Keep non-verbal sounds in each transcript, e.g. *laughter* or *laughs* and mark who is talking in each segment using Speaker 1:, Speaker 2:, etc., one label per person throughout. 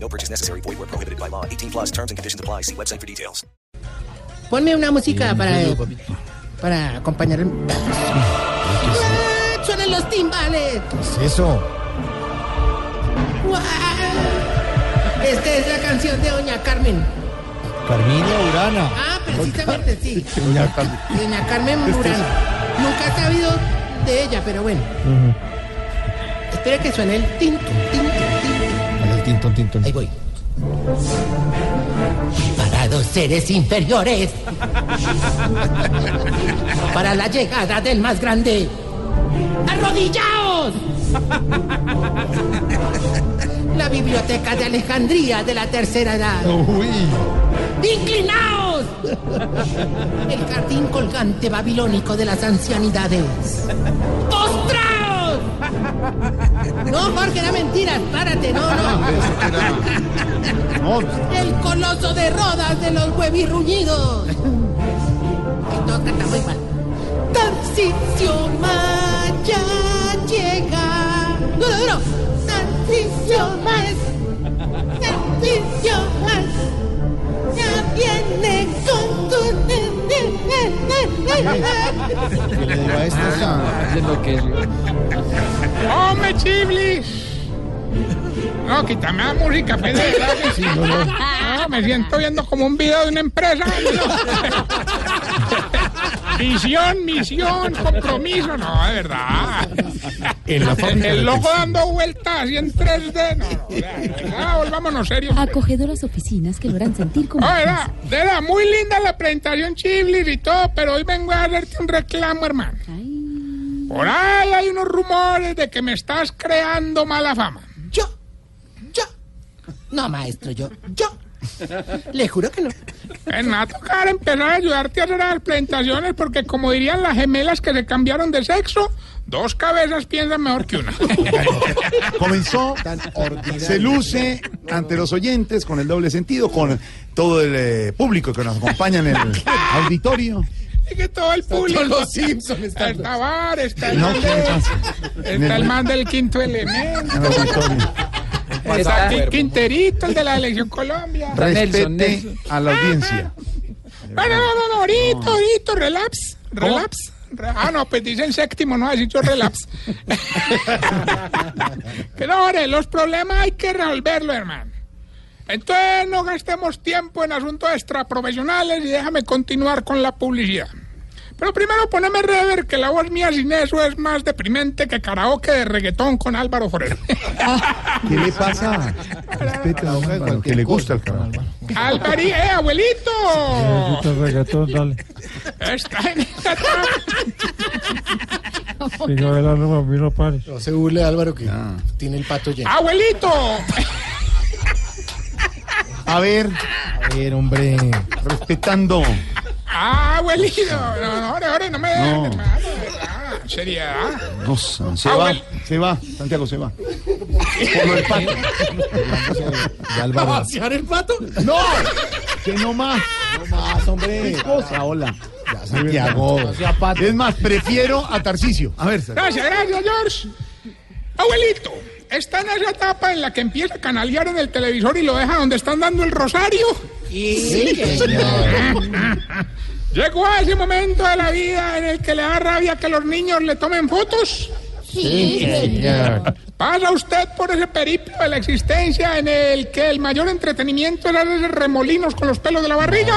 Speaker 1: No purchase necessary. Void where prohibited by law. 18 plus terms and conditions apply. See website for details.
Speaker 2: Ponme una música para,
Speaker 3: pues.
Speaker 2: para acompañar el... ¡Ah! ¡Suenan los timbales!
Speaker 3: Eso.
Speaker 2: ¡Guau! Esta es la canción de Doña Carmen.
Speaker 3: Carmina Urana.
Speaker 2: Ah, precisamente, sí.
Speaker 3: Doña Carmen. Este
Speaker 2: Doña Carmen Murano. Nunca he sabido de ella, pero bueno. Espera que suene el tinto, tinto, tinto.
Speaker 3: El tintón, tintón.
Speaker 2: Ahí voy. Para dos seres inferiores. Para la llegada del más grande. ¡Arrodillaos! La biblioteca de Alejandría de la tercera edad.
Speaker 3: Uy.
Speaker 2: ¡Inclinaos! El jardín colgante babilónico de las ancianidades. ¡Postraos! No, Jorge, era mentira. Párate, no, no.
Speaker 3: No, pues,
Speaker 2: El coloso de rodas de los huevirruñidos. No canta muy mal. Tarcisio Maya llega. No, no, no. Tarcisio más. Tarcisio más. Ya viene con tu.
Speaker 3: que le digo a este esta esa.
Speaker 4: ¡Hombre, chiblis! No, quítame la música, pendeja.
Speaker 3: No, no.
Speaker 4: No, me siento viendo como un video de una empresa. Visión, misión, compromiso. No, de verdad.
Speaker 3: En la fábrica de
Speaker 4: El loco
Speaker 3: textil.
Speaker 4: dando vueltas así en 3D. No, no, de verdad, volvámonos serios.
Speaker 5: Acogedoras oficinas que logran sentir como...
Speaker 4: Ah, era, era muy linda la presentación chiblis y todo, pero hoy vengo a hacerte un reclamo, hermano.
Speaker 5: Ay,
Speaker 4: Por ahí hay unos rumores de que me estás creando mala fama.
Speaker 2: Yo, yo. No, maestro, yo, yo. Le juro que no.
Speaker 4: Pues me va a tocar empezar a ayudarte a hacer las presentaciones porque como dirían las gemelas que se cambiaron de sexo, dos cabezas piensan mejor que
Speaker 2: *laughs*
Speaker 4: una.
Speaker 3: Comenzó, se luce ante los oyentes con el doble sentido, con todo el eh, público que nos acompaña en el auditorio.
Speaker 4: Y que todo el público.
Speaker 2: los Simpson
Speaker 4: Está
Speaker 2: están-
Speaker 4: el Tabar, está el,
Speaker 3: No,
Speaker 4: Andrés, está el man del quinto elemento,
Speaker 3: En el auditorio.
Speaker 4: está aquí Quinterito, el de la elección Colombia.
Speaker 3: Respete a la audiencia.
Speaker 4: Bueno, Ah, no, no, no, ahorita, ahorita, relax, relax. Re- Ah, no, pues dicen séptimo, no, así yo relax. Pero ahora, los problemas hay que resolverlos, hermano. Entonces no gastemos tiempo en asuntos extraprofesionales y déjame continuar con la publicidad. Pero primero poneme rever que la voz mía sin eso es más deprimente que karaoke de reggaetón con Álvaro Forero.
Speaker 3: ¿Qué le pasa? Respete a don Álvaro, que le gusta el canal.
Speaker 4: Álvaro, eh, abuelito.
Speaker 6: Este reggaetón, dale.
Speaker 4: Está en esta etapa.
Speaker 6: Sigo bailando, a mí no pares.
Speaker 2: No se burle Álvaro que tiene el pato lleno.
Speaker 4: Abuelito.
Speaker 3: A ver. A ver, hombre. Respetando.
Speaker 4: Ah, abuelito. No, no, ahora, ahora no me dejes,
Speaker 3: No.
Speaker 4: hermano. de verdad. Seriedad.
Speaker 3: No, se se va, se va, Santiago se va. Por lo del pato.
Speaker 2: ¿Va a vaciar el pato?
Speaker 3: No, que no más. No más, hombre. ¿Qué cosa, hola. Ya, Santiago. Es más, prefiero a Tarcicio. A ver, Santiago.
Speaker 4: Gracias, gracias, George. Abuelito, está en esa etapa en la que empieza a canalear en el televisor y lo deja donde están dando el rosario. Llegó a ese momento de la vida en el que le da rabia que los niños le tomen fotos. Pasa usted por ese periplo de la existencia en el que el mayor entretenimiento era hacer remolinos con los pelos de la barriga.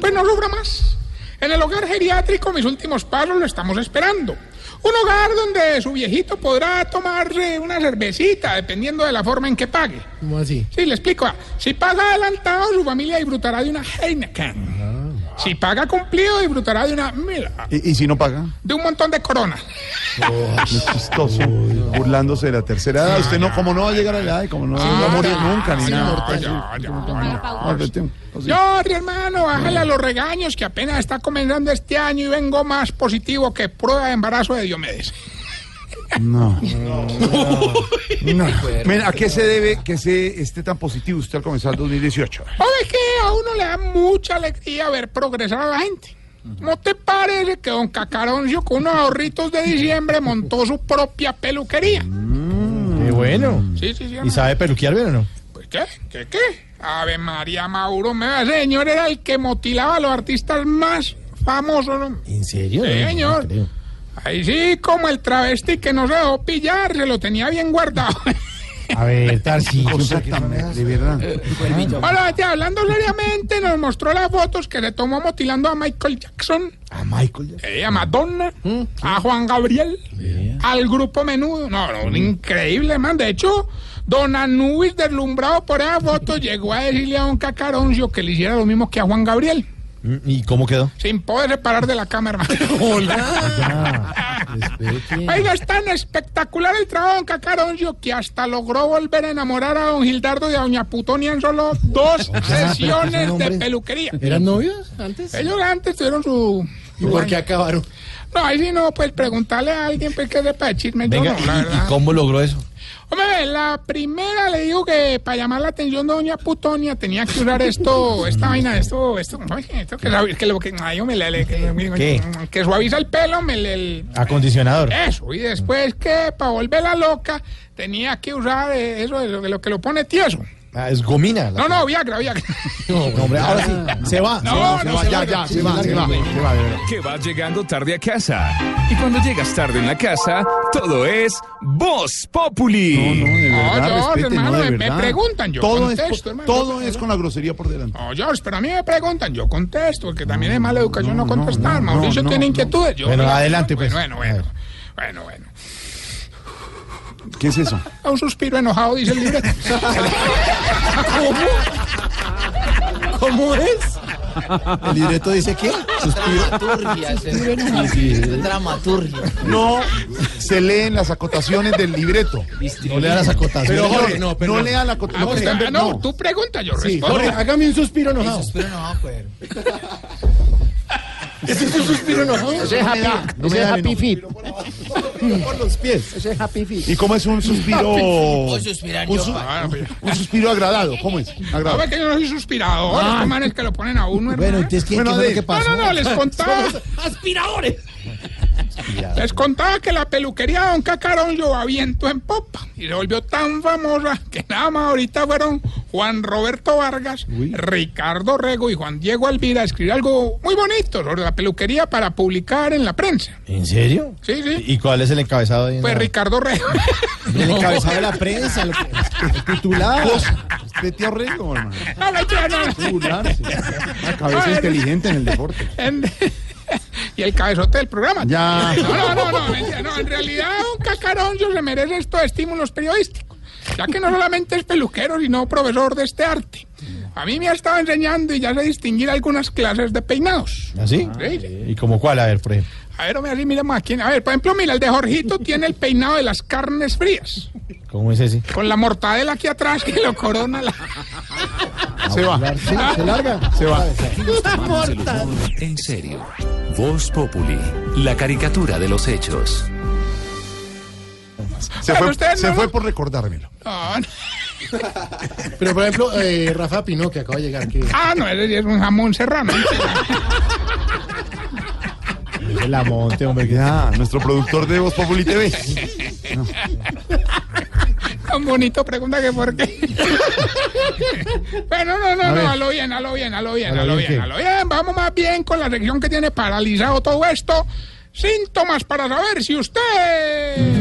Speaker 4: Pues no sufra más. En el hogar geriátrico mis últimos pasos lo estamos esperando. Un hogar donde su viejito podrá tomarse una cervecita, dependiendo de la forma en que pague.
Speaker 2: ¿Cómo así?
Speaker 4: Sí, le explico. ah, Si paga adelantado, su familia disfrutará de una Heineken.
Speaker 3: Ah.
Speaker 4: Si paga cumplido, disfrutará de una Mila,
Speaker 3: ¿Y, y si no paga?
Speaker 4: de un montón de corona.
Speaker 3: Chistoso. burlándose de la tercera edad. Usted no, como no va a llegar a la edad y como no, no va a morir nunca, ni
Speaker 4: No,
Speaker 3: nada.
Speaker 4: Ah, ya, ya, ya.
Speaker 3: Ah, pero tiene- no, sí.
Speaker 4: Jordi, hermano, bájale a los regaños que apenas está comenzando este año y vengo más positivo que prueba de embarazo de Diomedes.
Speaker 3: No. No. Mira, ¿a qué se debe que se esté tan positivo usted al comenzar el 2018?
Speaker 4: O es que a uno le da mucha alegría ver progresar a la gente. ¿No te parece que don Cacaroncio con unos ahorritos de diciembre montó su propia peluquería?
Speaker 7: Qué bueno.
Speaker 4: Sí, sí, sí.
Speaker 7: ¿Y
Speaker 4: hermano.
Speaker 7: sabe peluquear bien o no?
Speaker 4: Pues, ¿Qué? ¿Qué qué? Ave María Mauro, me va, señor, era el que motilaba a los artistas más famosos. ¿no?
Speaker 7: ¿En serio?
Speaker 4: Sí,
Speaker 7: No, no
Speaker 4: señor.
Speaker 7: creo.
Speaker 4: Ahí sí, como el travesti que no se dejó pillar, se lo tenía bien
Speaker 7: *laughs*
Speaker 4: guardado.
Speaker 7: A ver, *laughs* Tarcillo.
Speaker 3: Cosa tan- de verdad.
Speaker 4: Ahora, ya hablando seriamente, nos mostró las fotos que le tomó motilando a Michael Jackson,
Speaker 7: A Michael. ya.
Speaker 4: eh, a Madonna, a Juan Gabriel, al grupo Menudo. No, no, un increíble, man. De hecho, don Anubis, deslumbrado por esa foto, llegó a decirle a don Cacaroncio que le hiciera lo mismo que a Juan Gabriel,
Speaker 7: Mm, ¿Y cómo quedó?
Speaker 4: sin poder separar de la cámara, hermano. *laughs*
Speaker 7: *laughs*
Speaker 4: Oiga, es tan espectacular el trabajo de don Cacaroncio que hasta logró volver a enamorar a don Gildardo y a doña Putonia en solo dos sesiones de peluquería.
Speaker 7: ¿Eran novios?
Speaker 4: Ellos antes tuvieron su...
Speaker 7: ¿Y por qué acabaron?
Speaker 4: No, ahí sí no, pues preguntarle a alguien pues, que sepa de chisme. yo
Speaker 7: Venga,
Speaker 4: no,
Speaker 7: ¿y-
Speaker 4: la
Speaker 7: ¿y,
Speaker 4: verdad.
Speaker 7: cómo logró eso?
Speaker 4: Hombre, la primera le digo que para llamar la atención de doña Putonia tenía que usar esto, esta vaina, esto, esto, oye, esto que, sabe- que lo que, ay, hombre, le- le- que,
Speaker 7: ¿Qué?
Speaker 4: que suaviza el pelo, me le- el-
Speaker 7: Acondicionador.
Speaker 4: eso, y después que para volverla loca tenía que usar eh, eso, de lo, de lo que lo pone tieso.
Speaker 7: Ah, es gomina. la-
Speaker 4: No, no, Viagra, Viagra.
Speaker 7: No, hombre, ahora sí. Se va.
Speaker 4: No,
Speaker 7: se va, se
Speaker 4: no
Speaker 7: va,
Speaker 4: se
Speaker 7: ya,
Speaker 4: va.
Speaker 7: ya, se va, se va. Se va, de verdad.
Speaker 8: que vas llegando tarde a casa. Y cuando llegas tarde en la casa, todo es Voz
Speaker 3: No,
Speaker 8: Populi.
Speaker 3: no, de verdad,
Speaker 4: No, yo,
Speaker 3: respete,
Speaker 4: hermano,
Speaker 3: no, de
Speaker 4: me- me
Speaker 3: verdad.
Speaker 4: preguntan, yo
Speaker 3: Todo, es,
Speaker 4: contesto,
Speaker 3: con-
Speaker 4: hermano.
Speaker 3: todo es con la grosería por delante.
Speaker 4: No, Oh, George, pero a mí me preguntan, yo contesto, que también es mala educación no,
Speaker 3: no,
Speaker 4: contestar.
Speaker 3: no,
Speaker 4: Mauricio
Speaker 3: no,
Speaker 4: tiene
Speaker 3: no.
Speaker 4: inquietudes. Yo,
Speaker 7: Bueno,
Speaker 4: Mira,
Speaker 7: adelante,
Speaker 4: bueno,
Speaker 7: pues.
Speaker 4: Bueno, bueno, bueno, bueno.
Speaker 3: ¿Qué es eso?
Speaker 4: *laughs* A Un suspiro enojado, dice el libreto.
Speaker 7: ¿Cómo es? El libreto dice qué?
Speaker 3: No se leen las acotaciones del libreto.
Speaker 7: No le las acotaciones.
Speaker 3: Pero Jorge, no,
Speaker 7: no, perdón.
Speaker 3: lea la acotación.
Speaker 4: Ah,
Speaker 3: lo que está en ver-
Speaker 4: no,
Speaker 3: no.
Speaker 4: tú pregunta, yo
Speaker 7: Sí,
Speaker 4: respondo.
Speaker 7: Jorge, hágame un suspiro enojado.
Speaker 4: pues.
Speaker 3: *laughs* Ese es happy, ese es happy fit.
Speaker 7: Por los pies.
Speaker 3: ¿Y cómo es un suspiro? Un, su-
Speaker 4: Ah, no, pero-
Speaker 3: un suspiro agradado. ¿Cómo es?
Speaker 4: No,
Speaker 3: Agradado.
Speaker 4: ve que yo no soy suspirador, estos manes que lo ponen a uno,
Speaker 7: Bueno,
Speaker 4: hermano.
Speaker 7: entonces, ¿quién
Speaker 3: Bueno,
Speaker 7: qué fue lo
Speaker 3: Adel.
Speaker 7: que
Speaker 4: No,
Speaker 7: pasó?
Speaker 4: no,
Speaker 3: *laughs*
Speaker 4: no, les contaba, les contaba que la peluquería de Don Cacarón llevaba viento en popa y se volvió tan famosa que nada más ahorita fueron Juan Roberto Vargas, Ricardo Rego y Juan Diego Alvira a escribir algo muy bonito sobre la peluquería para publicar en la prensa.
Speaker 7: ¿En serio?
Speaker 4: Sí, sí.
Speaker 7: ¿Y cuál es el encabezado? ahí en
Speaker 4: Pues
Speaker 7: la-
Speaker 4: Ricardo Rego.
Speaker 7: El encabezado de la prensa, lo que- el titular.
Speaker 3: Vete a Rego, hermano.
Speaker 4: No, no, no, no, no.
Speaker 3: Burlarse. La cabeza inteligente en el deporte.
Speaker 4: En- y el cabezote del programa.
Speaker 3: Ya.
Speaker 4: No, no, no, no, mentira, no, en realidad un cacaroncio se merece estos estímulos periodísticos, ya que no solamente es peluquero, sino profesor de este arte. A mí me ha estado enseñando y ya sé distinguir algunas clases de peinados.
Speaker 7: ¿Así?
Speaker 4: Sí.
Speaker 7: ¿Ah, ¿Y como cuál? A ver, por ejemplo.
Speaker 4: A ver, hombre, así miremos aquí. A ver, por ejemplo, mira, el de Jorgito tiene el peinado de las carnes frías,
Speaker 7: ¿Cómo es ese?
Speaker 4: con la mortadela aquí atrás que lo corona la...
Speaker 3: Se va.
Speaker 7: Sí, *laughs* se larga.
Speaker 3: Se va.
Speaker 8: En serio. Voz Populi. La caricatura de los hechos.
Speaker 3: Se
Speaker 4: Bueno,
Speaker 3: fue,
Speaker 4: ustedes
Speaker 3: se
Speaker 4: no-
Speaker 3: fue por recordármelo.
Speaker 4: No, no.
Speaker 7: Pero, por ejemplo, eh, Rafa Pino, que acaba de llegar, que
Speaker 4: Ah, no, ese sí es un jamón serrano.
Speaker 7: el amonte, hombre. que-
Speaker 3: Ya, Ah, nuestro productor de Voz Populi TV.
Speaker 4: Tan bonito pregunta que por qué. *laughs* Pero no, no, no, a lo bien, a lo bien, a lo bien, a lo bien,
Speaker 7: ¿qué?
Speaker 4: a lo bien. Vamos más bien con la sección que tiene paralizado todo esto. Síntomas para saber si usted...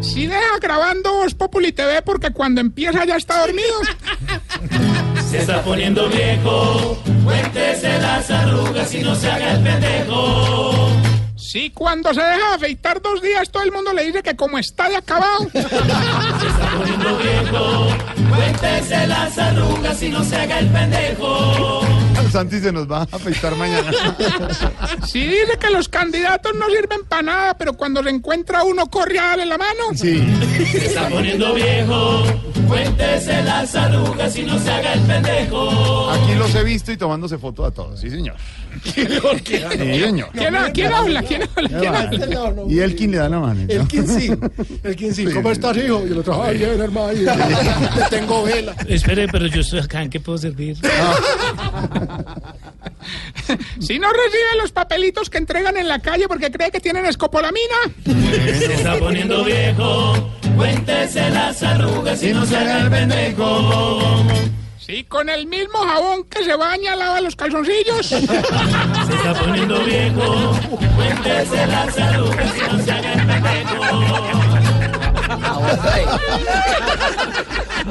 Speaker 4: Si deja grabando Voz Populi TV porque cuando empieza ya está dormido. Se está poniendo viejo, cuéntese las arrugas y no se haga el pendejo. Si cuando se deja afeitar dos días todo el mundo le dice que como está de acabado. Se está poniendo viejo, cuéntese las arrugas y no se haga el pendejo.
Speaker 3: Santi se nos va a afectar mañana.
Speaker 4: Si dice que los candidatos no sirven para nada, pero cuando se encuentra uno corre a darle la mano.
Speaker 3: Sí. Aquí los he visto y tomándose fotos a todos. Sí, señor. Sí, señor.
Speaker 4: ¿Quién, ha- quién habla? ¿Quién habla? ¿Quién habla?
Speaker 3: Y Elkin le da la mano. ¿no? *laughs*
Speaker 7: El 15, el 15, ¿cómo estás, hijo? Yo lo trabajo bien, hermano. Te tengo vela.
Speaker 9: Espere, pero yo estoy acá, ¿en qué puedo servir?
Speaker 4: Si no recibe los papelitos que entregan en la calle porque cree que tienen escopolamina.
Speaker 9: Se está poniendo viejo. Cuéntese las arrugas y no se haga el pendejo.
Speaker 4: Si con el mismo jabón que se baña lava los calzoncillos.
Speaker 9: Se está poniendo viejo. Cuéntese las arrugas y no se haga el pendejo.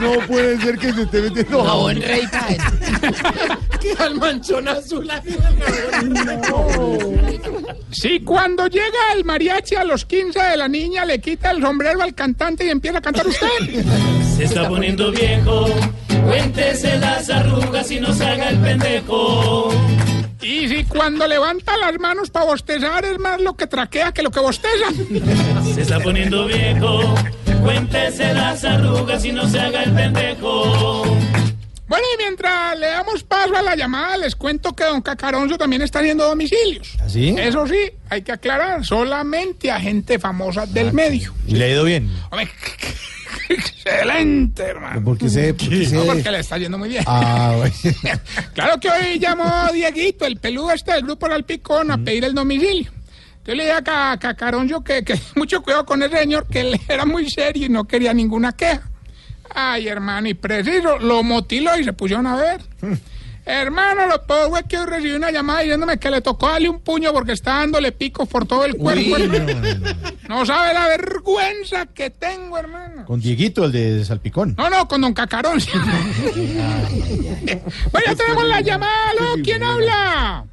Speaker 3: No puede ser que se esté metiendo jabón.
Speaker 7: Que al manchón azul.
Speaker 4: Si cuando llega el mariachi a los 15 de la niña le quita el sombrero al cantante y empieza a cantar usted.
Speaker 9: Se está poniendo viejo. Cuéntese las arrugas y no se haga el pendejo.
Speaker 4: Y si cuando levanta las manos para bostezar es más lo que traquea que lo que bosteza.
Speaker 9: Se está poniendo viejo. Cuéntese las arrugas y no se haga el pendejo.
Speaker 4: Bueno, y mientras le damos paso a la llamada, les cuento que don Cacaronzo también está haciendo domicilios.
Speaker 7: ¿Así?
Speaker 4: Eso sí, hay que aclarar, solamente a gente famosa del medio.
Speaker 7: Y le ha ido bien.
Speaker 4: Hombre, *laughs* excelente, hermano.
Speaker 7: Porque se. Porque
Speaker 4: No, porque le está yendo muy bien.
Speaker 7: *laughs* Ah, bueno.
Speaker 4: Claro que hoy llamó Dieguito, el peludo este del grupo El Picón, a pedir el domicilio. Yo le dije a Ca- Cacaroncio que, *laughs* que mucho cuidado con ese señor, que él era muy serio y no quería ninguna queja. Ay, hermano, y preciso, lo motiló y se pusieron a ver. Hermano, lo peor es que hoy recibí una llamada diciéndome que le tocó darle un puño porque está dándole picos por todo el cuerpo. hermano. no sabe la vergüenza que tengo, hermano.
Speaker 7: Con Dieguito, el de Salpicón.
Speaker 4: No, no, con don Cacarón. bueno, ya tenemos la llamada. ¿aló? ¿Quién habla?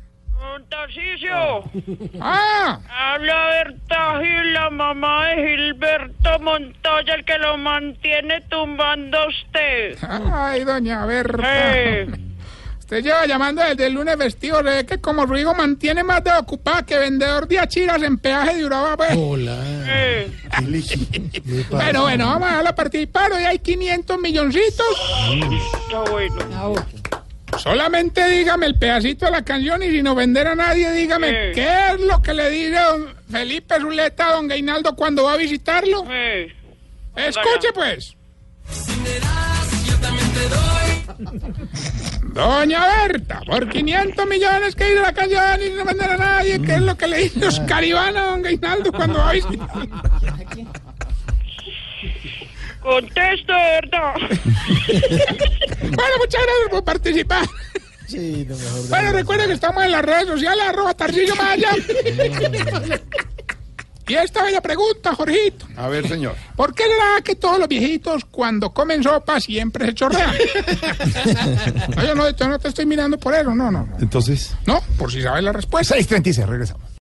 Speaker 9: Un taxillo.
Speaker 4: Ah,
Speaker 9: Habla Berta Gil, la mamá de Gilberto Montoya, el que lo mantiene tumbando a usted.
Speaker 4: ay, doña
Speaker 9: Eh,
Speaker 4: Berta. Usted lleva llamando desde el lunes vestido. Se ve que como Ruigo mantiene más de ocupada que vendedor de achiras en peaje de Urabá. pues.
Speaker 7: Hola.
Speaker 9: eh.
Speaker 4: Pero bueno, vamos a darle a participar. Hoy hay 500 milloncitos.
Speaker 9: Está bueno.
Speaker 4: Solamente dígame el pedacito de la canción y si no vender a nadie, dígame
Speaker 9: Eh.
Speaker 4: qué es lo que le dice don Felipe Zuleta a don Gainaldo cuando va a visitarlo.
Speaker 9: Eh.
Speaker 4: Escuche pues. Doña Berta, por 500 millones que hizo la canción y no mandan a nadie, ¿qué es lo que le hizo Oscar Iván a don Gainaldo cuando va a visitar?
Speaker 9: Contesto, Berta.
Speaker 4: Bueno, muchas gracias por participar.
Speaker 7: Sí, lo mejor.
Speaker 4: Bueno, recuerden que estamos en las redes sociales, arroba Tarcillo Maya. Y esta bella pregunta, Jorgito.
Speaker 3: A ver, señor.
Speaker 4: ¿Por qué será que todos los viejitos cuando comen sopa siempre
Speaker 3: *laughs*
Speaker 4: se chorrean? No, yo no, yo no te estoy mirando por eso, no, no, no.
Speaker 3: Entonces.
Speaker 4: No, por si sabes la respuesta.
Speaker 3: 6.36, regresamos.